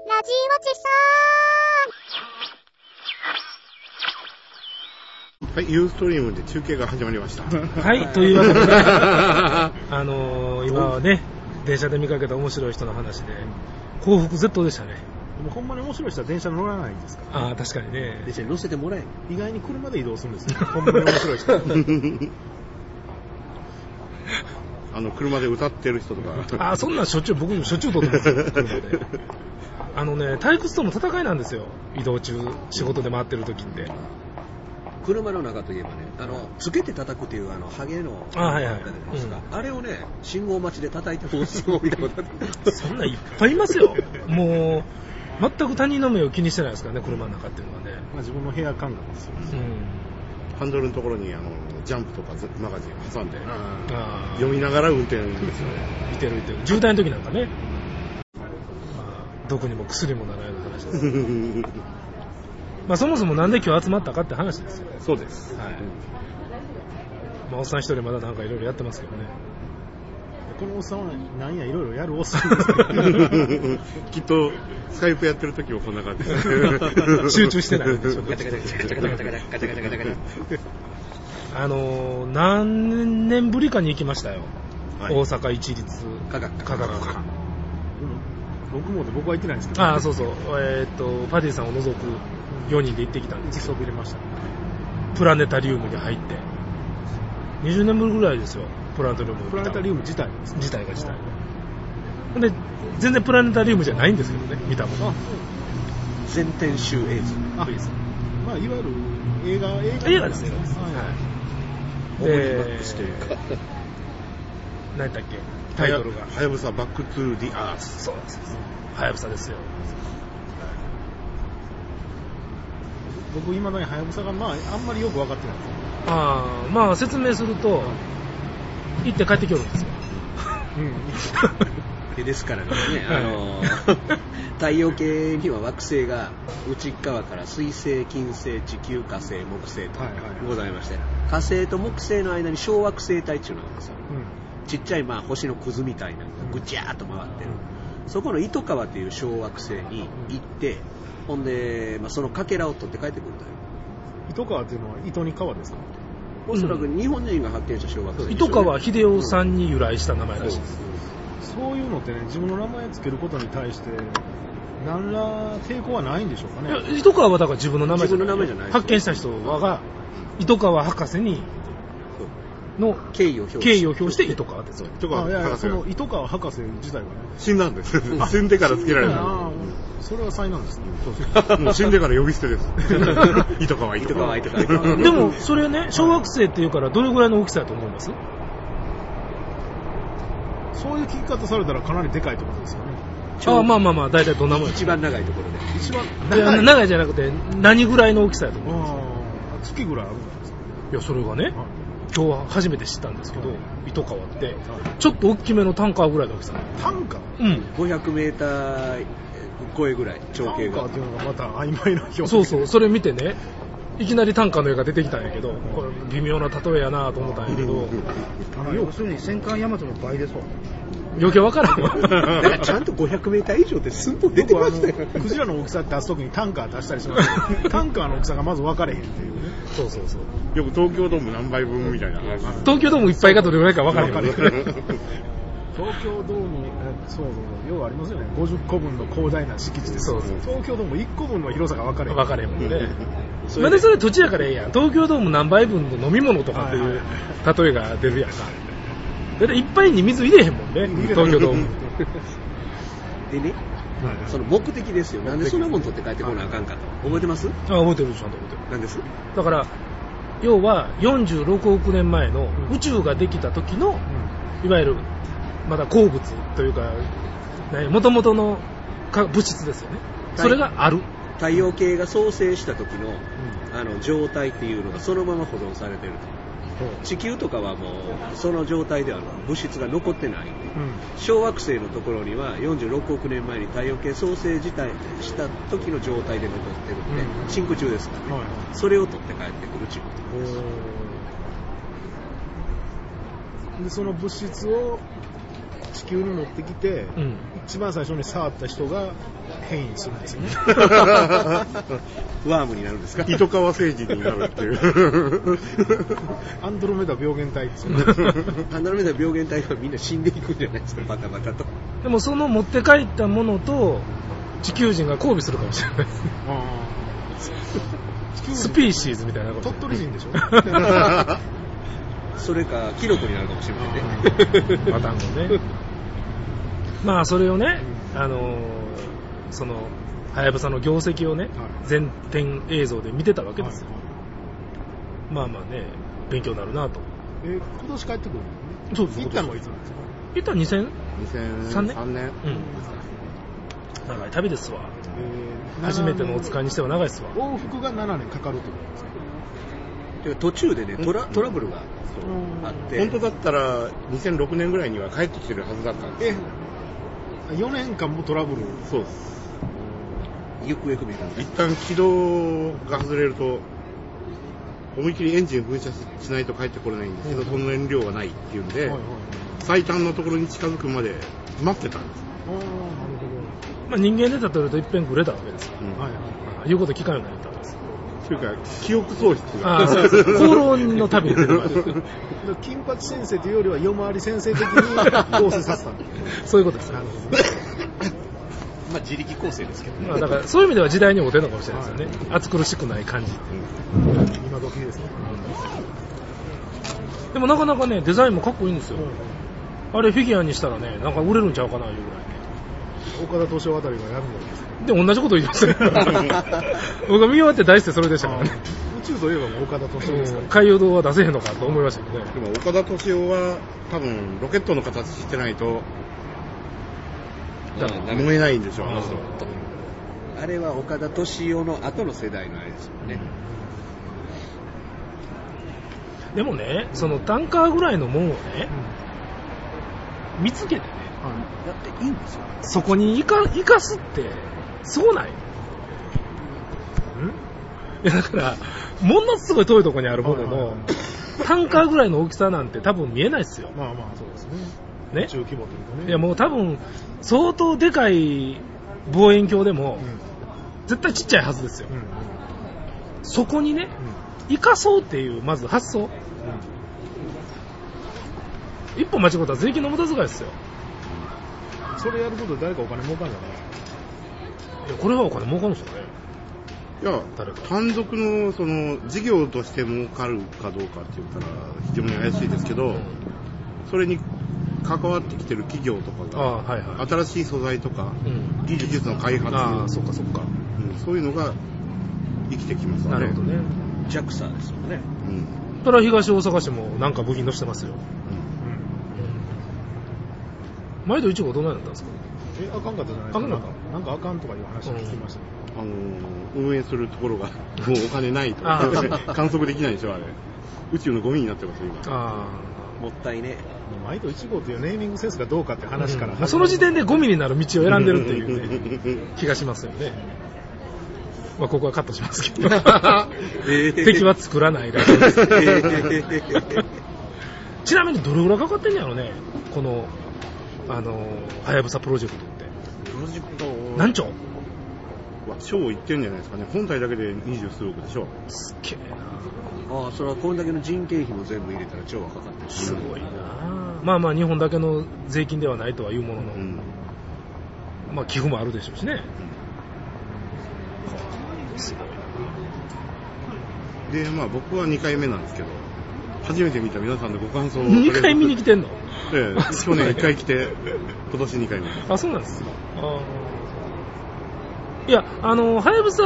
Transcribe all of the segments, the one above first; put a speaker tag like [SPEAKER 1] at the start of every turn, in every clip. [SPEAKER 1] ちそ
[SPEAKER 2] はい、ユーストリームで中継が始まりました。
[SPEAKER 3] はい、というわけで、ね、 あのー、今はね、電車で見かけた面白い人の話で、幸福絶倒でしたね。
[SPEAKER 4] でもほんまに面白い人は電車乗らないんですから。
[SPEAKER 3] ああ、確かにね。
[SPEAKER 4] 電車に乗せてもらえん。意外に車で移動するんですよ。ほんまに面白い人。
[SPEAKER 2] あの、車で歌ってる人とか。
[SPEAKER 3] ああ、そんなんしょっちゅう、僕もしょっちゅう撮ってますよ、車で。あのね、退屈との戦いなんですよ。移動中、仕事で回ってる時って。
[SPEAKER 4] 車の中といえばね、あの、つけて叩くっていう、あの、ハゲの、
[SPEAKER 3] あはいはい
[SPEAKER 4] あったじゃないですかあれをね、信号待ちで叩いて放送を見たことある。
[SPEAKER 3] そんなんいっぱいいますよ。もう、全く他人の目を気にしてないですからね、車の中っていうのはね。
[SPEAKER 4] まあ自分の部屋感覚ですよ。
[SPEAKER 3] うん。
[SPEAKER 2] ハンドルのところに、あの、ジャンプとかマガジン挟んで、
[SPEAKER 3] ああ
[SPEAKER 2] 読みながら運転ですよね。
[SPEAKER 3] 見てる見てる。渋滞の時なんかね。まあ、毒にも薬にもならないような話ですけど。まあ、そもそもなんで今日集まったかって話ですよ。
[SPEAKER 2] そうです。
[SPEAKER 3] はい。まあ、おっさん一人まだなんかいろいろやってますけどね。
[SPEAKER 4] このおっさんはなんやいろいろやるおっさん
[SPEAKER 2] きっと、スカイプやってる時もこんな感じです
[SPEAKER 3] 集中し てないんでしょう
[SPEAKER 5] ガチャガチャガチャガチャガチャガチャガチャガチャガチャガチャ
[SPEAKER 3] あのー、何年ぶりかに行きましたよ。
[SPEAKER 2] はい
[SPEAKER 3] 大阪一律
[SPEAKER 4] 科学
[SPEAKER 3] 科学館。
[SPEAKER 4] 僕もで僕は行ってないんですけど、
[SPEAKER 3] ああ、そうそう。えーっと、パディさんを除く4人で行ってきたんです
[SPEAKER 4] そびれました。
[SPEAKER 3] プラネタリウムに入って。20年ぶりぐらいですよ、プラネタリウム。
[SPEAKER 4] プラネタリウム自体です。
[SPEAKER 3] 自体が自体が。で、全然プラネタリウムじゃないんですけどね、見たものは。
[SPEAKER 4] 全天集映像。あ、
[SPEAKER 3] いいです
[SPEAKER 4] まあ、いわゆる映画、映画
[SPEAKER 3] 映画ですよ。
[SPEAKER 4] は
[SPEAKER 3] はい。
[SPEAKER 4] バ
[SPEAKER 3] で
[SPEAKER 4] ックスというか、
[SPEAKER 3] 何だっけ、タイトルが。
[SPEAKER 2] はやぶさ、バックトゥーディアース。
[SPEAKER 3] そうなんですよ。はやぶさですよ。
[SPEAKER 4] い僕、いまだにハヤブサが、まあ、あんまりよく分かってないです。
[SPEAKER 3] ああ、まあ説明すると、行って帰ってきよるんですよ。
[SPEAKER 5] でですからですね、あの太陽系には惑星が内側から水星、金星、地球、火星、木星と
[SPEAKER 4] はいはいはい
[SPEAKER 5] ございまして、火星と木星の間に小惑星帯っていうのがあるんですよ。
[SPEAKER 4] うん。
[SPEAKER 5] ちっちゃいまあ星のくずみたいなのがぐちゃーっと回ってる。そこの糸川っていう小惑星に行って、ほんで、まあ、そのかけらを取って帰ってくるという。
[SPEAKER 4] 糸川っていうのは、糸に川ですか
[SPEAKER 5] おそらく日本人が発見した小惑星。
[SPEAKER 3] 糸川秀夫さんに由来した名前らしいです。
[SPEAKER 4] そういうのってね、自分の名前つけることに対して、何ら抵抗はないんでしょうか
[SPEAKER 3] い
[SPEAKER 4] ね。
[SPEAKER 3] や糸川はだから自分の名前
[SPEAKER 5] 自分の名前じゃないです
[SPEAKER 3] 発見した人はが、糸川博士に、の
[SPEAKER 5] 敬意を表
[SPEAKER 3] 敬意
[SPEAKER 5] を
[SPEAKER 3] を表して糸川ってそう。
[SPEAKER 2] と
[SPEAKER 4] あ
[SPEAKER 2] か、
[SPEAKER 4] いやいや
[SPEAKER 2] 博士
[SPEAKER 4] その糸川博士自体はね。
[SPEAKER 2] 死んだんです。死んでからつけられた。
[SPEAKER 4] ああ、それは災難ですね。
[SPEAKER 2] もう死んでから呼び捨てです。いとかはいと
[SPEAKER 5] 糸
[SPEAKER 2] か
[SPEAKER 5] 川
[SPEAKER 2] は。
[SPEAKER 5] 糸川糸川
[SPEAKER 3] でも、それね、小惑星っていうからどれぐらいの大きさだと思います
[SPEAKER 4] そういう聞き方されたらかなりでかいってことですよね。
[SPEAKER 3] ああ、まあまあまあ、大体どんなもんや
[SPEAKER 5] 一番長いところで。
[SPEAKER 4] 一番
[SPEAKER 3] い
[SPEAKER 4] 長
[SPEAKER 3] や
[SPEAKER 4] い。
[SPEAKER 3] 長いじゃなくて、何ぐらいの大きさやと思う。
[SPEAKER 4] ああ、月ぐらいあるんじゃないですか。
[SPEAKER 3] いや、それがね、
[SPEAKER 4] は
[SPEAKER 3] 今日は初めて知ったんですけど
[SPEAKER 4] はい、
[SPEAKER 3] 糸川って
[SPEAKER 4] は、
[SPEAKER 3] ちょっと大きめのタンカーぐらいの大きさ。
[SPEAKER 4] い単価
[SPEAKER 3] うん。
[SPEAKER 5] 500メーター超えぐらい、長径
[SPEAKER 4] 単価
[SPEAKER 5] が
[SPEAKER 4] っ。ていうのがまた曖昧な表現。
[SPEAKER 3] そうそう、それ見てね、いきなりタンカーの絵が出てきたんやけど、これ微妙な例えやなと思ったんやけど、
[SPEAKER 6] 要するに戦艦ヤマトの倍ですわ。
[SPEAKER 3] 余計わから んわ。
[SPEAKER 5] だからちゃんと500メーター以上って寸法出てましたよ。
[SPEAKER 4] 僕はあのクジラの大きさ出すときにタンカー出したりしますけど、タンカーの大きさがまず分かれへんっていうね。
[SPEAKER 3] そうそうそう。
[SPEAKER 2] よく東京ドーム何杯分みたいな話。
[SPEAKER 3] 東京ドームいっぱいがどれぐらいかわからんよね。
[SPEAKER 4] 東京ドーム、えそうそうそう、ようありますよね。50個分の広大な敷地です。
[SPEAKER 3] そうそう
[SPEAKER 4] 東京ドーム1個分の広さが分かれへん
[SPEAKER 3] わかれへんもんね。なんでそれ土地やからええやん。東京ドーム何杯分の飲み物とかっていう例えが出るやんか。だっていっぱいに水入れへんもんね、東京ドーム。
[SPEAKER 5] でね、その目的ですよ。なんでそんなもん取って帰ってこなあかんかと。覚えてます
[SPEAKER 3] あ、覚えてる、ちゃんと覚えてる。
[SPEAKER 5] なんです
[SPEAKER 3] だから、要は46億年前の宇宙ができた時の、いわゆる、まだ鉱物というか、もともとのか物質ですよね。それがある。
[SPEAKER 5] 太陽系が創生した時の、あの、状態っていうのがそのまま保存されてると。地球とかはもう、その状態では物質が残ってないんで。小惑星のところには46億年前に太陽系創生自体した時の状態で残ってるんで、
[SPEAKER 4] うん
[SPEAKER 5] 真空中ですからね、
[SPEAKER 4] はい
[SPEAKER 5] それを取って帰ってくるっていうこと
[SPEAKER 4] うん。で、その物質を地球に持ってきて、
[SPEAKER 3] うん。
[SPEAKER 4] 一番最初に触った人が
[SPEAKER 3] 変異するんです よね。
[SPEAKER 5] ワームになるんですか
[SPEAKER 2] 糸川星人になるっていう。
[SPEAKER 4] アンドロメダ病原体ですよね。
[SPEAKER 5] アンドロメダ病原体はみんな死んでいくんじゃないですか、バタバタと。
[SPEAKER 3] でもその持って帰ったものと地球人が交尾するかもしれないですね。
[SPEAKER 4] あー
[SPEAKER 3] スピーシーズみたいなこと。
[SPEAKER 4] 鳥取人で しょ
[SPEAKER 5] それか、キノコになるかもしれないね。
[SPEAKER 3] パターンのね。まあそれをね、あのーその、はやぶさの業績をね、全編映像で見てたわけですよ。まあまあね、勉強になるなと。
[SPEAKER 4] えー今年帰ってくるのね。
[SPEAKER 3] そうです
[SPEAKER 4] 行ったのはいつなんですか
[SPEAKER 3] いったら 2000?
[SPEAKER 2] 2003
[SPEAKER 3] 年
[SPEAKER 2] 年。
[SPEAKER 3] うん。長い旅ですわ。
[SPEAKER 4] えー
[SPEAKER 3] 初めてのお使いにしては長いですわ。
[SPEAKER 4] 往復が7年かかるってことですか
[SPEAKER 5] てか途中でね、トラトラブルが
[SPEAKER 4] うん
[SPEAKER 5] あって、
[SPEAKER 2] 本当だったら2006年ぐらいには帰ってきてるはずだったんです。
[SPEAKER 4] え、4年間もトラブル。
[SPEAKER 2] そうです。
[SPEAKER 5] 行方不明なんで
[SPEAKER 2] 一旦軌道が外れると、思いっきりエンジン噴射しないと帰ってこれないんですけど、その燃料がないっていうんで、
[SPEAKER 4] はいはいはい
[SPEAKER 2] 最短のところに近づくまで待ってたんです。
[SPEAKER 4] あーなるほ
[SPEAKER 3] まあ人間で例えると一遍ぐれたわけですよ。
[SPEAKER 2] うん
[SPEAKER 4] ど。はいはい。
[SPEAKER 3] ああ言うこと聞かんようになったわけですよ。
[SPEAKER 2] というか、記憶喪失が。
[SPEAKER 3] ああ、そ うそう。功労の旅に出るわけですよ。
[SPEAKER 4] だから金八先生というよりは夜回り先生的に合成させたんだ
[SPEAKER 3] そういうことですね。
[SPEAKER 5] まあ自力構成ですけど
[SPEAKER 3] まあだ からそういう意味では時代にも出るのかもしれないですよね。暑苦しくない感じっていう。
[SPEAKER 4] 今時ですね。
[SPEAKER 3] でもなかなかね、デザインもかっこいいんですよ。あれフィギュアにしたらね、なんか売れるんちゃうかな、いうぐらいね。
[SPEAKER 4] 岡田敏夫あたりがやるのです。
[SPEAKER 3] で、同じこと言いましたね。 僕が見終わって大してそれでしたからね。
[SPEAKER 4] 宇宙といえばもう岡田敏夫ですか
[SPEAKER 3] うん海洋堂は出せへんのかと思いましたけどね。
[SPEAKER 2] でも岡田敏夫は多分ロケットの形してないと
[SPEAKER 5] うんダメ
[SPEAKER 2] 燃えないんでしょう、あ
[SPEAKER 3] あ
[SPEAKER 2] の
[SPEAKER 3] あ
[SPEAKER 2] 人は
[SPEAKER 5] あれは岡田敏夫の後の世代のあれですもんね。
[SPEAKER 3] でもね、そのタンカーぐらいのもんをね、見つけてね、
[SPEAKER 4] ら。は
[SPEAKER 5] だっていいんですよ。
[SPEAKER 3] そこに生か生かすって、そうないいやだから、ものすごい遠いところにあるもの
[SPEAKER 4] はいはいは
[SPEAKER 3] の
[SPEAKER 4] い、
[SPEAKER 3] タンカーぐらいの大きさなんて多分見えないですよ
[SPEAKER 4] い。。まあまあそうですね。
[SPEAKER 3] ね
[SPEAKER 4] 宇。宙規模というかね。
[SPEAKER 3] いやもう多分、相当でかい望遠鏡でも
[SPEAKER 4] う、ん。
[SPEAKER 3] 絶対ちっちゃいはずですよ
[SPEAKER 4] うん。。
[SPEAKER 3] そこにね、
[SPEAKER 4] う
[SPEAKER 3] 生かそうっていう、まず発想。
[SPEAKER 4] ん。
[SPEAKER 3] 一歩間違ったら税金の無駄遣いですよ。
[SPEAKER 4] うん。それやることで誰かお金儲かるんじゃない
[SPEAKER 3] いや、これはお金儲かるんですかね。
[SPEAKER 2] いや
[SPEAKER 3] 誰か
[SPEAKER 2] 単独のその事業として儲かるかどうかって言ったら非常に怪しいですけど、それに関わってきてる企業と
[SPEAKER 3] ああ、
[SPEAKER 2] か
[SPEAKER 3] はいは
[SPEAKER 2] が新しい素材とか
[SPEAKER 3] い。うん。
[SPEAKER 2] 技術の開発
[SPEAKER 3] ああ、そっかそっか。
[SPEAKER 2] うんそういうのが生きてきますよ
[SPEAKER 3] な
[SPEAKER 2] ね
[SPEAKER 3] るほどね。
[SPEAKER 5] JAXA ですもんね。
[SPEAKER 2] うんうん
[SPEAKER 3] それは東大阪市もなんか部品のしてますよ。毎度一号どんなになったんですか
[SPEAKER 4] え、あかんかったじゃないですか。
[SPEAKER 3] あかんかった
[SPEAKER 4] なんかなんかあかんとかいう話を聞きましたね。
[SPEAKER 2] あのー運営するところ がもうお金ないと
[SPEAKER 3] ああ
[SPEAKER 2] 観測できないでしょあれ宇宙のゴミになってます今
[SPEAKER 3] あ
[SPEAKER 5] もったいね。
[SPEAKER 4] 毎度1号というネーミングセンスがどうかって
[SPEAKER 3] あ。
[SPEAKER 4] 話から、
[SPEAKER 3] うんその時点でゴミになる道を選んでるっていう ね、
[SPEAKER 2] うね
[SPEAKER 3] 気がしますよね。まあ、ここはカットしますけど。
[SPEAKER 5] え
[SPEAKER 3] 敵は作らないらしいです。ちなみにどれぐらいかかってんのやろね、この、あの、はやぶさプロジェクトって。
[SPEAKER 2] プロジェクト
[SPEAKER 3] 何兆
[SPEAKER 2] 賞を言ってるんじゃないですかね。本体だけで二十数億でしょ。
[SPEAKER 3] すっげえ
[SPEAKER 5] ああ、それはこんだけの人件費も全部入れたら超はかかってる
[SPEAKER 3] な。すごいなまあまあ、日本だけの税金ではないとはいうものの、
[SPEAKER 2] うん。
[SPEAKER 3] まあ、寄付もあるでしょうしね。すごいな
[SPEAKER 2] で、まあ僕は2回目なんですけど、初めて見た皆さんのご感想を。
[SPEAKER 3] 2回見に来てんの
[SPEAKER 2] ええ去年1回来て、今年2回目。
[SPEAKER 3] あ、そうなんですか。あーいや、あの、はやぶさ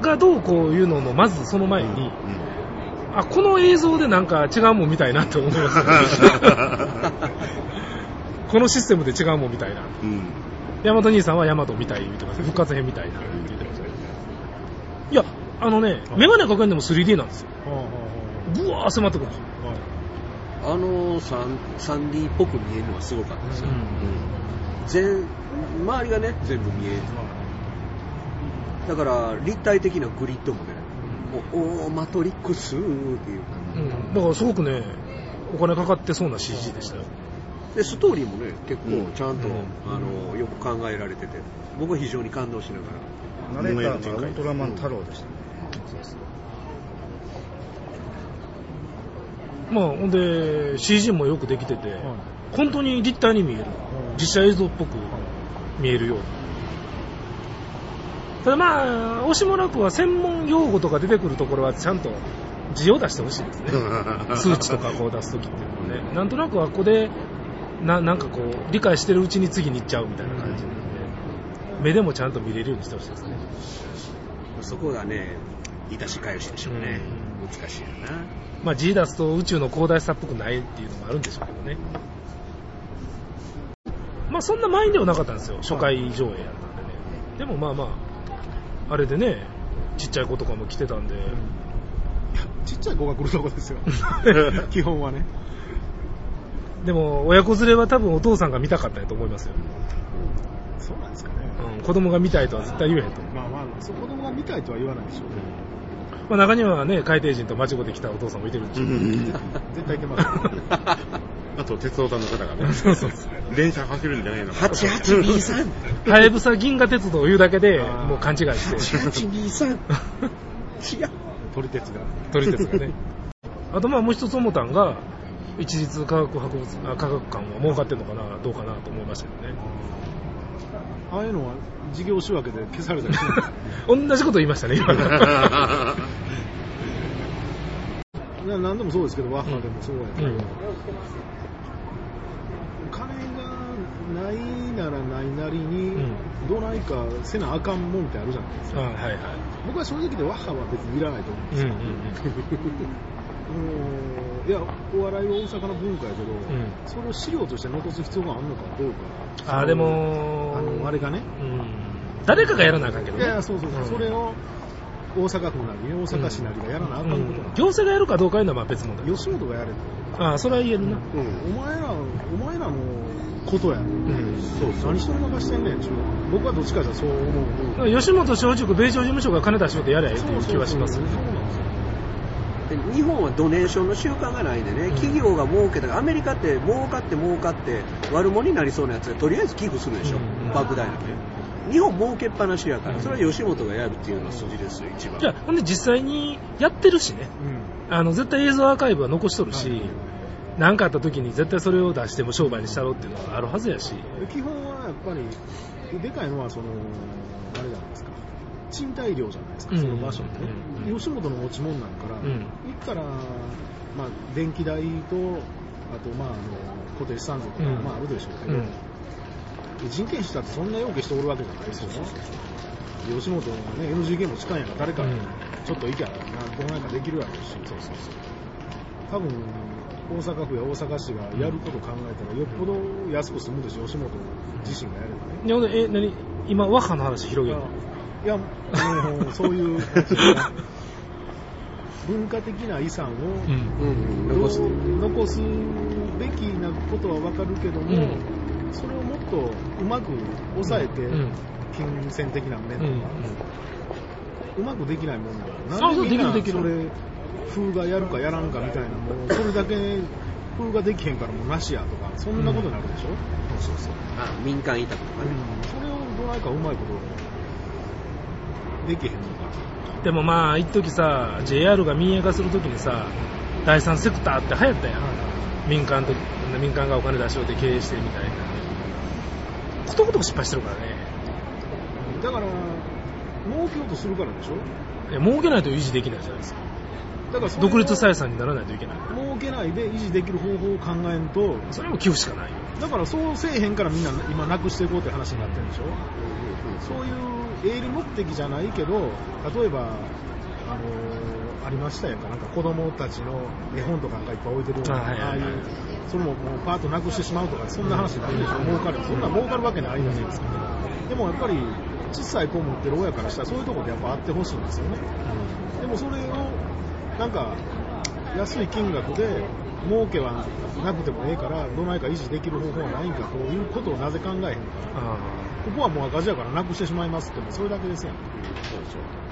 [SPEAKER 3] がどうこういうのの、まずその前に、
[SPEAKER 2] う
[SPEAKER 3] あ、この映像でなんか違うもんみたいなって思いますよねこのシステムで違うもんみたい
[SPEAKER 2] ん。う
[SPEAKER 3] な。
[SPEAKER 2] ん。
[SPEAKER 3] ヤマト兄さんはヤマトみたい言ってますね。復活編みたいなって言ってますね。いや、あのね、メガネかけんでも 3D なんですよ。
[SPEAKER 4] はあは
[SPEAKER 3] ぐわー迫ってくるんですよ。
[SPEAKER 4] あはあ
[SPEAKER 5] あ
[SPEAKER 4] はい
[SPEAKER 5] の三 3D っぽく見えるのはすごかったですよ。
[SPEAKER 2] う
[SPEAKER 5] 全周りがね、全部見える。だから立体的なグリッドもね、おおーマトリックスーっていう感
[SPEAKER 3] うんだからすごくね、お金かかってそうな CG でしたよ。
[SPEAKER 5] でストーリーもね結
[SPEAKER 2] うん。
[SPEAKER 5] 構ちゃんと、
[SPEAKER 4] うん
[SPEAKER 5] あのよく考えられてて僕は非常に感動しながら
[SPEAKER 6] ナレーターがウルトラマン太郎でしたね。
[SPEAKER 3] まあ、ほんで、CG もよくできてて、本当に立体に見える。実写映像っぽく見えるような。ただまあ、惜しもなくは専門用語とか出てくるところはちゃんと字を出してほしいですね。 数値とかこう出すときっていうのはね。なんとなくはここで、ななんかこう、理解してるうちに次に行っちゃうみたいな感じなんで、目でもちゃんと見れるようにしてほしいですね。
[SPEAKER 5] そこがね言い出し返しでしょうね、
[SPEAKER 3] う
[SPEAKER 5] 難しいよな
[SPEAKER 3] まあ、G 出すと宇宙の広大さっぽくないっていうのもあるんでしょうけどね。まあ、そんな満員ではなかったんですよ。初回上映やったんでね。でもまあまあ、あれでね、ちっちゃい子とかも来てたんで、
[SPEAKER 4] ちっちゃい子が来ると こですよ基本はね。
[SPEAKER 3] でも親子連れは多分お父さんが見たかったんやと思いますよ。
[SPEAKER 4] そうなんですかね。
[SPEAKER 3] うん、子供が見たいとは絶対言えへんと思う。
[SPEAKER 4] まあまあ、そこ供が見たいとは言わないでしょうけ
[SPEAKER 3] まあ、中にはね、海底人と間違ってきたお父さんもいてるんでしょうけど
[SPEAKER 4] ど。絶対行けますよ。
[SPEAKER 2] あと、鉄道さんの方がね、 電車走るんじゃないのかな。
[SPEAKER 5] 8823
[SPEAKER 3] はやぶさ銀河鉄道を言うだけで、もう勘違いして、
[SPEAKER 5] 8823違う
[SPEAKER 4] 撮り鉄が。
[SPEAKER 3] 撮り鉄がね。あとまあもう一つ思ったんが、一律科学博物あ科学館は儲かってんのかな、どうかなと思いましたけど ね。
[SPEAKER 4] ああいうのは事業仕分けで消されたりしない
[SPEAKER 3] 同じこと言いましたね、 今。
[SPEAKER 4] いや何でもそうですけど、ワッハでもそうやけ
[SPEAKER 3] う
[SPEAKER 4] ど、
[SPEAKER 3] ん
[SPEAKER 4] お金がないならないなりに
[SPEAKER 3] うん、
[SPEAKER 4] どないかせなあかんもんってあるじゃないです
[SPEAKER 3] あ
[SPEAKER 4] か。
[SPEAKER 3] はいはい。
[SPEAKER 4] 僕は正直でワッハは別にいらないと思う
[SPEAKER 3] う
[SPEAKER 4] んで
[SPEAKER 3] ん
[SPEAKER 4] す
[SPEAKER 3] うん
[SPEAKER 4] よ。もういや、お笑いは大阪の文化やけど、
[SPEAKER 3] ん
[SPEAKER 4] それを資料として残す必要があるのかどうか。
[SPEAKER 3] うん。あ、でも、
[SPEAKER 4] あの、あれがね。
[SPEAKER 3] うん誰かがやらなあかんけど
[SPEAKER 4] い
[SPEAKER 3] ね。
[SPEAKER 4] やいや、そうそうそう、
[SPEAKER 3] ん
[SPEAKER 4] それを大阪府なりね、大阪市なりがやらなあかんこ
[SPEAKER 3] う
[SPEAKER 4] とな
[SPEAKER 3] ん
[SPEAKER 4] んだ
[SPEAKER 3] 行政がやるかどうかいうのはまあ別問題。
[SPEAKER 4] 吉本がやれと。
[SPEAKER 3] ああ、それは言える
[SPEAKER 2] う
[SPEAKER 3] な。
[SPEAKER 2] ん
[SPEAKER 4] お前ら、お前らのことやろ。
[SPEAKER 3] うん。
[SPEAKER 4] 何しとる流してんねんちゅう僕はどっちかじゃそう思う。
[SPEAKER 3] 吉本松竹米朝事務所が金出しようとやれっていう気はします
[SPEAKER 4] そうそうそうそうなんですよ
[SPEAKER 5] で日本はドネーションの習慣がないんでね、
[SPEAKER 3] うん
[SPEAKER 5] 企業が儲けたアメリカって儲かって儲かって悪者になりそうなやつがとりあえず寄付するでしょ、
[SPEAKER 3] うん
[SPEAKER 5] 莫大なね日本儲けっぱなしやから、
[SPEAKER 3] うん
[SPEAKER 5] それは吉本がやるっていうのは筋ですよ一番
[SPEAKER 3] じゃあ、ほんで実際にやってるしね。あの、絶対映像アーカイブは残しとるし、何かあった時に絶対それを出しても商売にしたろうっていうのがあるはずやし。
[SPEAKER 4] うん基本はやっぱり、でかいのは、その、あれじゃないですか。賃貸料じゃないですか、
[SPEAKER 3] うん
[SPEAKER 4] その場所ってね
[SPEAKER 3] う。ん
[SPEAKER 4] 吉本の持ち物なんから、
[SPEAKER 3] うん
[SPEAKER 4] 行ったら、まあ、電気代と、あと、まあ、あの、固定資産税とか、
[SPEAKER 3] うん
[SPEAKER 4] まあ、あるでしょう
[SPEAKER 3] う
[SPEAKER 4] けど、
[SPEAKER 3] ん。
[SPEAKER 4] 人件費だってそんな要求しておるわけじゃないですよね。吉本のね、NGK も近いやから、誰か
[SPEAKER 3] うん
[SPEAKER 4] ちょっと行きゃ、などうなんかできるやろうし、多分、大阪府や大阪市がやることを考えたら、よっぽど安く済むでしょ、吉本自身がやればね。
[SPEAKER 3] でほんでえ、何今、和歌の話広げるの
[SPEAKER 4] いや、あのそう いう、文化的な遺産を、
[SPEAKER 3] うん。
[SPEAKER 5] うんうん
[SPEAKER 4] 残
[SPEAKER 5] 残
[SPEAKER 4] す
[SPEAKER 5] す
[SPEAKER 4] 残すべきなことはわかるけども、
[SPEAKER 3] うん
[SPEAKER 4] それをもっとうまく抑えて、
[SPEAKER 3] うん
[SPEAKER 4] 金銭的な面
[SPEAKER 3] うん。う
[SPEAKER 4] とか、
[SPEAKER 3] ん
[SPEAKER 4] うまくできないもんだから
[SPEAKER 3] そう
[SPEAKER 4] な
[SPEAKER 3] そうん
[SPEAKER 4] でみんな
[SPEAKER 3] できるできる
[SPEAKER 4] それ風がやるかやらんかみたいな もうそれだけ風ができへんからもうなしやとかそんなことになるでしょ、
[SPEAKER 3] そうそう。
[SPEAKER 5] あ民間委託とかね、
[SPEAKER 4] それをどないかうまいことできへんのか
[SPEAKER 3] でもまあ、一時さ、JR が民営化するときにさ、第三セクターって流行ったやん。民間と、民間がお金出しようって経営してみたいな。ことごとく失敗してるからね。
[SPEAKER 4] だから儲けようとするからでしょ
[SPEAKER 3] いや儲けないと維持できないじゃないですか。
[SPEAKER 4] だからそれを
[SPEAKER 3] 独立採算にならないといけない。
[SPEAKER 4] 儲けないで維持できる方法を考えんと
[SPEAKER 3] それはもう寄付しかないよ。
[SPEAKER 4] だからそうせえへんからみんな今なくしていこうって話になってるでしょ、そういう営利目的じゃないけど例えばあのーありましたやんかなんか子供たちの絵本とかなんかいっぱい置いてるような
[SPEAKER 3] あはいはいはい
[SPEAKER 4] ああいうそれももうパーッとなくしてしまうとかそんな話になるでしょ儲かるそんな儲かるわけないじゃないですか、でもやっぱり小さい子持ってる親からしたらそういうとこでやっぱあってほしいんですよね、でもそれを、なんか、安い金額で、儲けはなくてもええから、どないか維持できる方法はないんかということをなぜ考えへんのか。
[SPEAKER 3] あ
[SPEAKER 4] ここはもう赤字やからなくしてしまいますって、もうそれだけですやん。
[SPEAKER 3] あ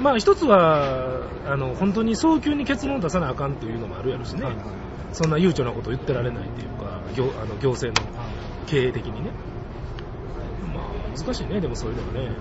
[SPEAKER 3] まあ一つは、あの、本当に早急に結論を出さなあかんっていうのもあるやろしね。
[SPEAKER 4] はいはい
[SPEAKER 3] そんな悠長なことを言ってられないっていうか、行あの行政の経営的にね。まあ、難しいね、でもそういうのはね。